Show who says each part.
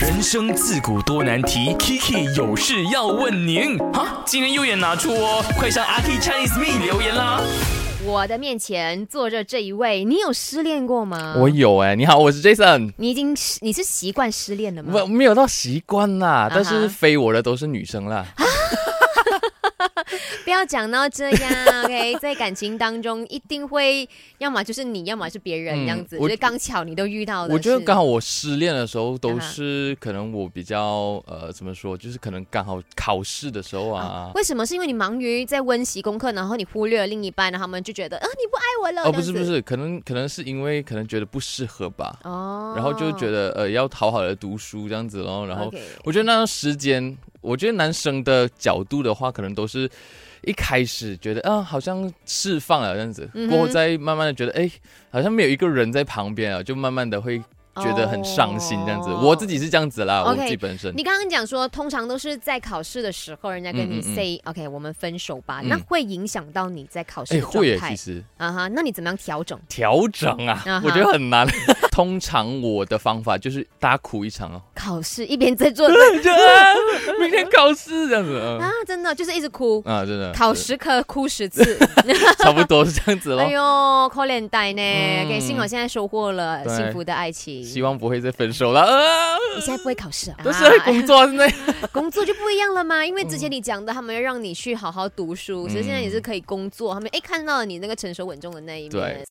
Speaker 1: 人生自古多难题，Kiki 有事要问您。哈，今天又也拿出哦，快上阿 K Chinese Me 留言啦。
Speaker 2: 我的面前坐着这一位，你有失恋过吗？
Speaker 3: 我有哎、你好，我是 Jason。
Speaker 2: 你已经是你是习惯失恋了吗？
Speaker 3: 我没有到习惯啦，但
Speaker 2: 啊哈
Speaker 3: 是非我的都是女生啦。
Speaker 2: 不要讲到这样，OK，在感情当中一定会，要么就是你，要么是别人，
Speaker 3: 嗯
Speaker 2: 这样子，
Speaker 3: 我
Speaker 2: 就是刚巧你都遇到的。
Speaker 3: 我觉得
Speaker 2: 是
Speaker 3: 刚好我失恋的时候
Speaker 2: 啊
Speaker 3: 都
Speaker 2: 哈
Speaker 3: 是可能我比较呃怎么说，就是可能刚好考试的时候啊，
Speaker 2: 为什么？是因为你忙于在温习功课，然后你忽略了另一半，然后他们就觉得啊你不爱我了。
Speaker 3: 哦
Speaker 2: 这
Speaker 3: 不
Speaker 2: 样
Speaker 3: 是
Speaker 2: 子
Speaker 3: 不，是，可能可能是因为可能觉得不适合吧，
Speaker 2: 哦，
Speaker 3: 然后就觉得呃要好好的读书这样子咯，然后
Speaker 2: OK
Speaker 3: 我觉得那段时间，呃我觉得男生的角度的话，可能都是一开始呃觉得啊，好像释放了这样子，
Speaker 2: 嗯哼
Speaker 3: 过后再慢慢的觉得，哎，好像没有一个人在旁边啊，就慢慢的会觉得很伤心这样子。
Speaker 2: 哦
Speaker 3: 我自己是这样子啦
Speaker 2: OK，
Speaker 3: 我自己本身
Speaker 2: 你刚刚讲说，通常都是在考试的时候，人家跟你
Speaker 3: 嗯嗯嗯
Speaker 2: say、OK，我们分手吧，
Speaker 3: 嗯
Speaker 2: 那会影响到你在考试
Speaker 3: 哎
Speaker 2: 的状
Speaker 3: 会耶，
Speaker 2: 态
Speaker 3: 其实
Speaker 2: 啊哈。那你怎么样调整？
Speaker 3: 调整啊
Speaker 2: 啊哈
Speaker 3: 我觉得 很难。通常我的方法就是大家哭一 场哦，
Speaker 2: 考试一边在 做
Speaker 3: 明天考试这样子，嗯
Speaker 2: 啊，真的就是一直哭，
Speaker 3: 啊，真的
Speaker 2: 考十科哭十次，
Speaker 3: 差不多是这样子咯。
Speaker 2: 哎呦，可怜呆呢。
Speaker 3: 嗯
Speaker 2: 给幸好现在收获了
Speaker 3: 对
Speaker 2: 幸福的爱情。
Speaker 3: 希望不会再分手了。啊
Speaker 2: 你现在不会考试啊？
Speaker 3: 都是在工作嗯之内。
Speaker 2: 啊工作就不一样了嘛，因为之前你讲的，他们要让你去好好读书，所以现在你是可以工作，他们哎看到了你那个成熟稳重的那一面
Speaker 3: 对。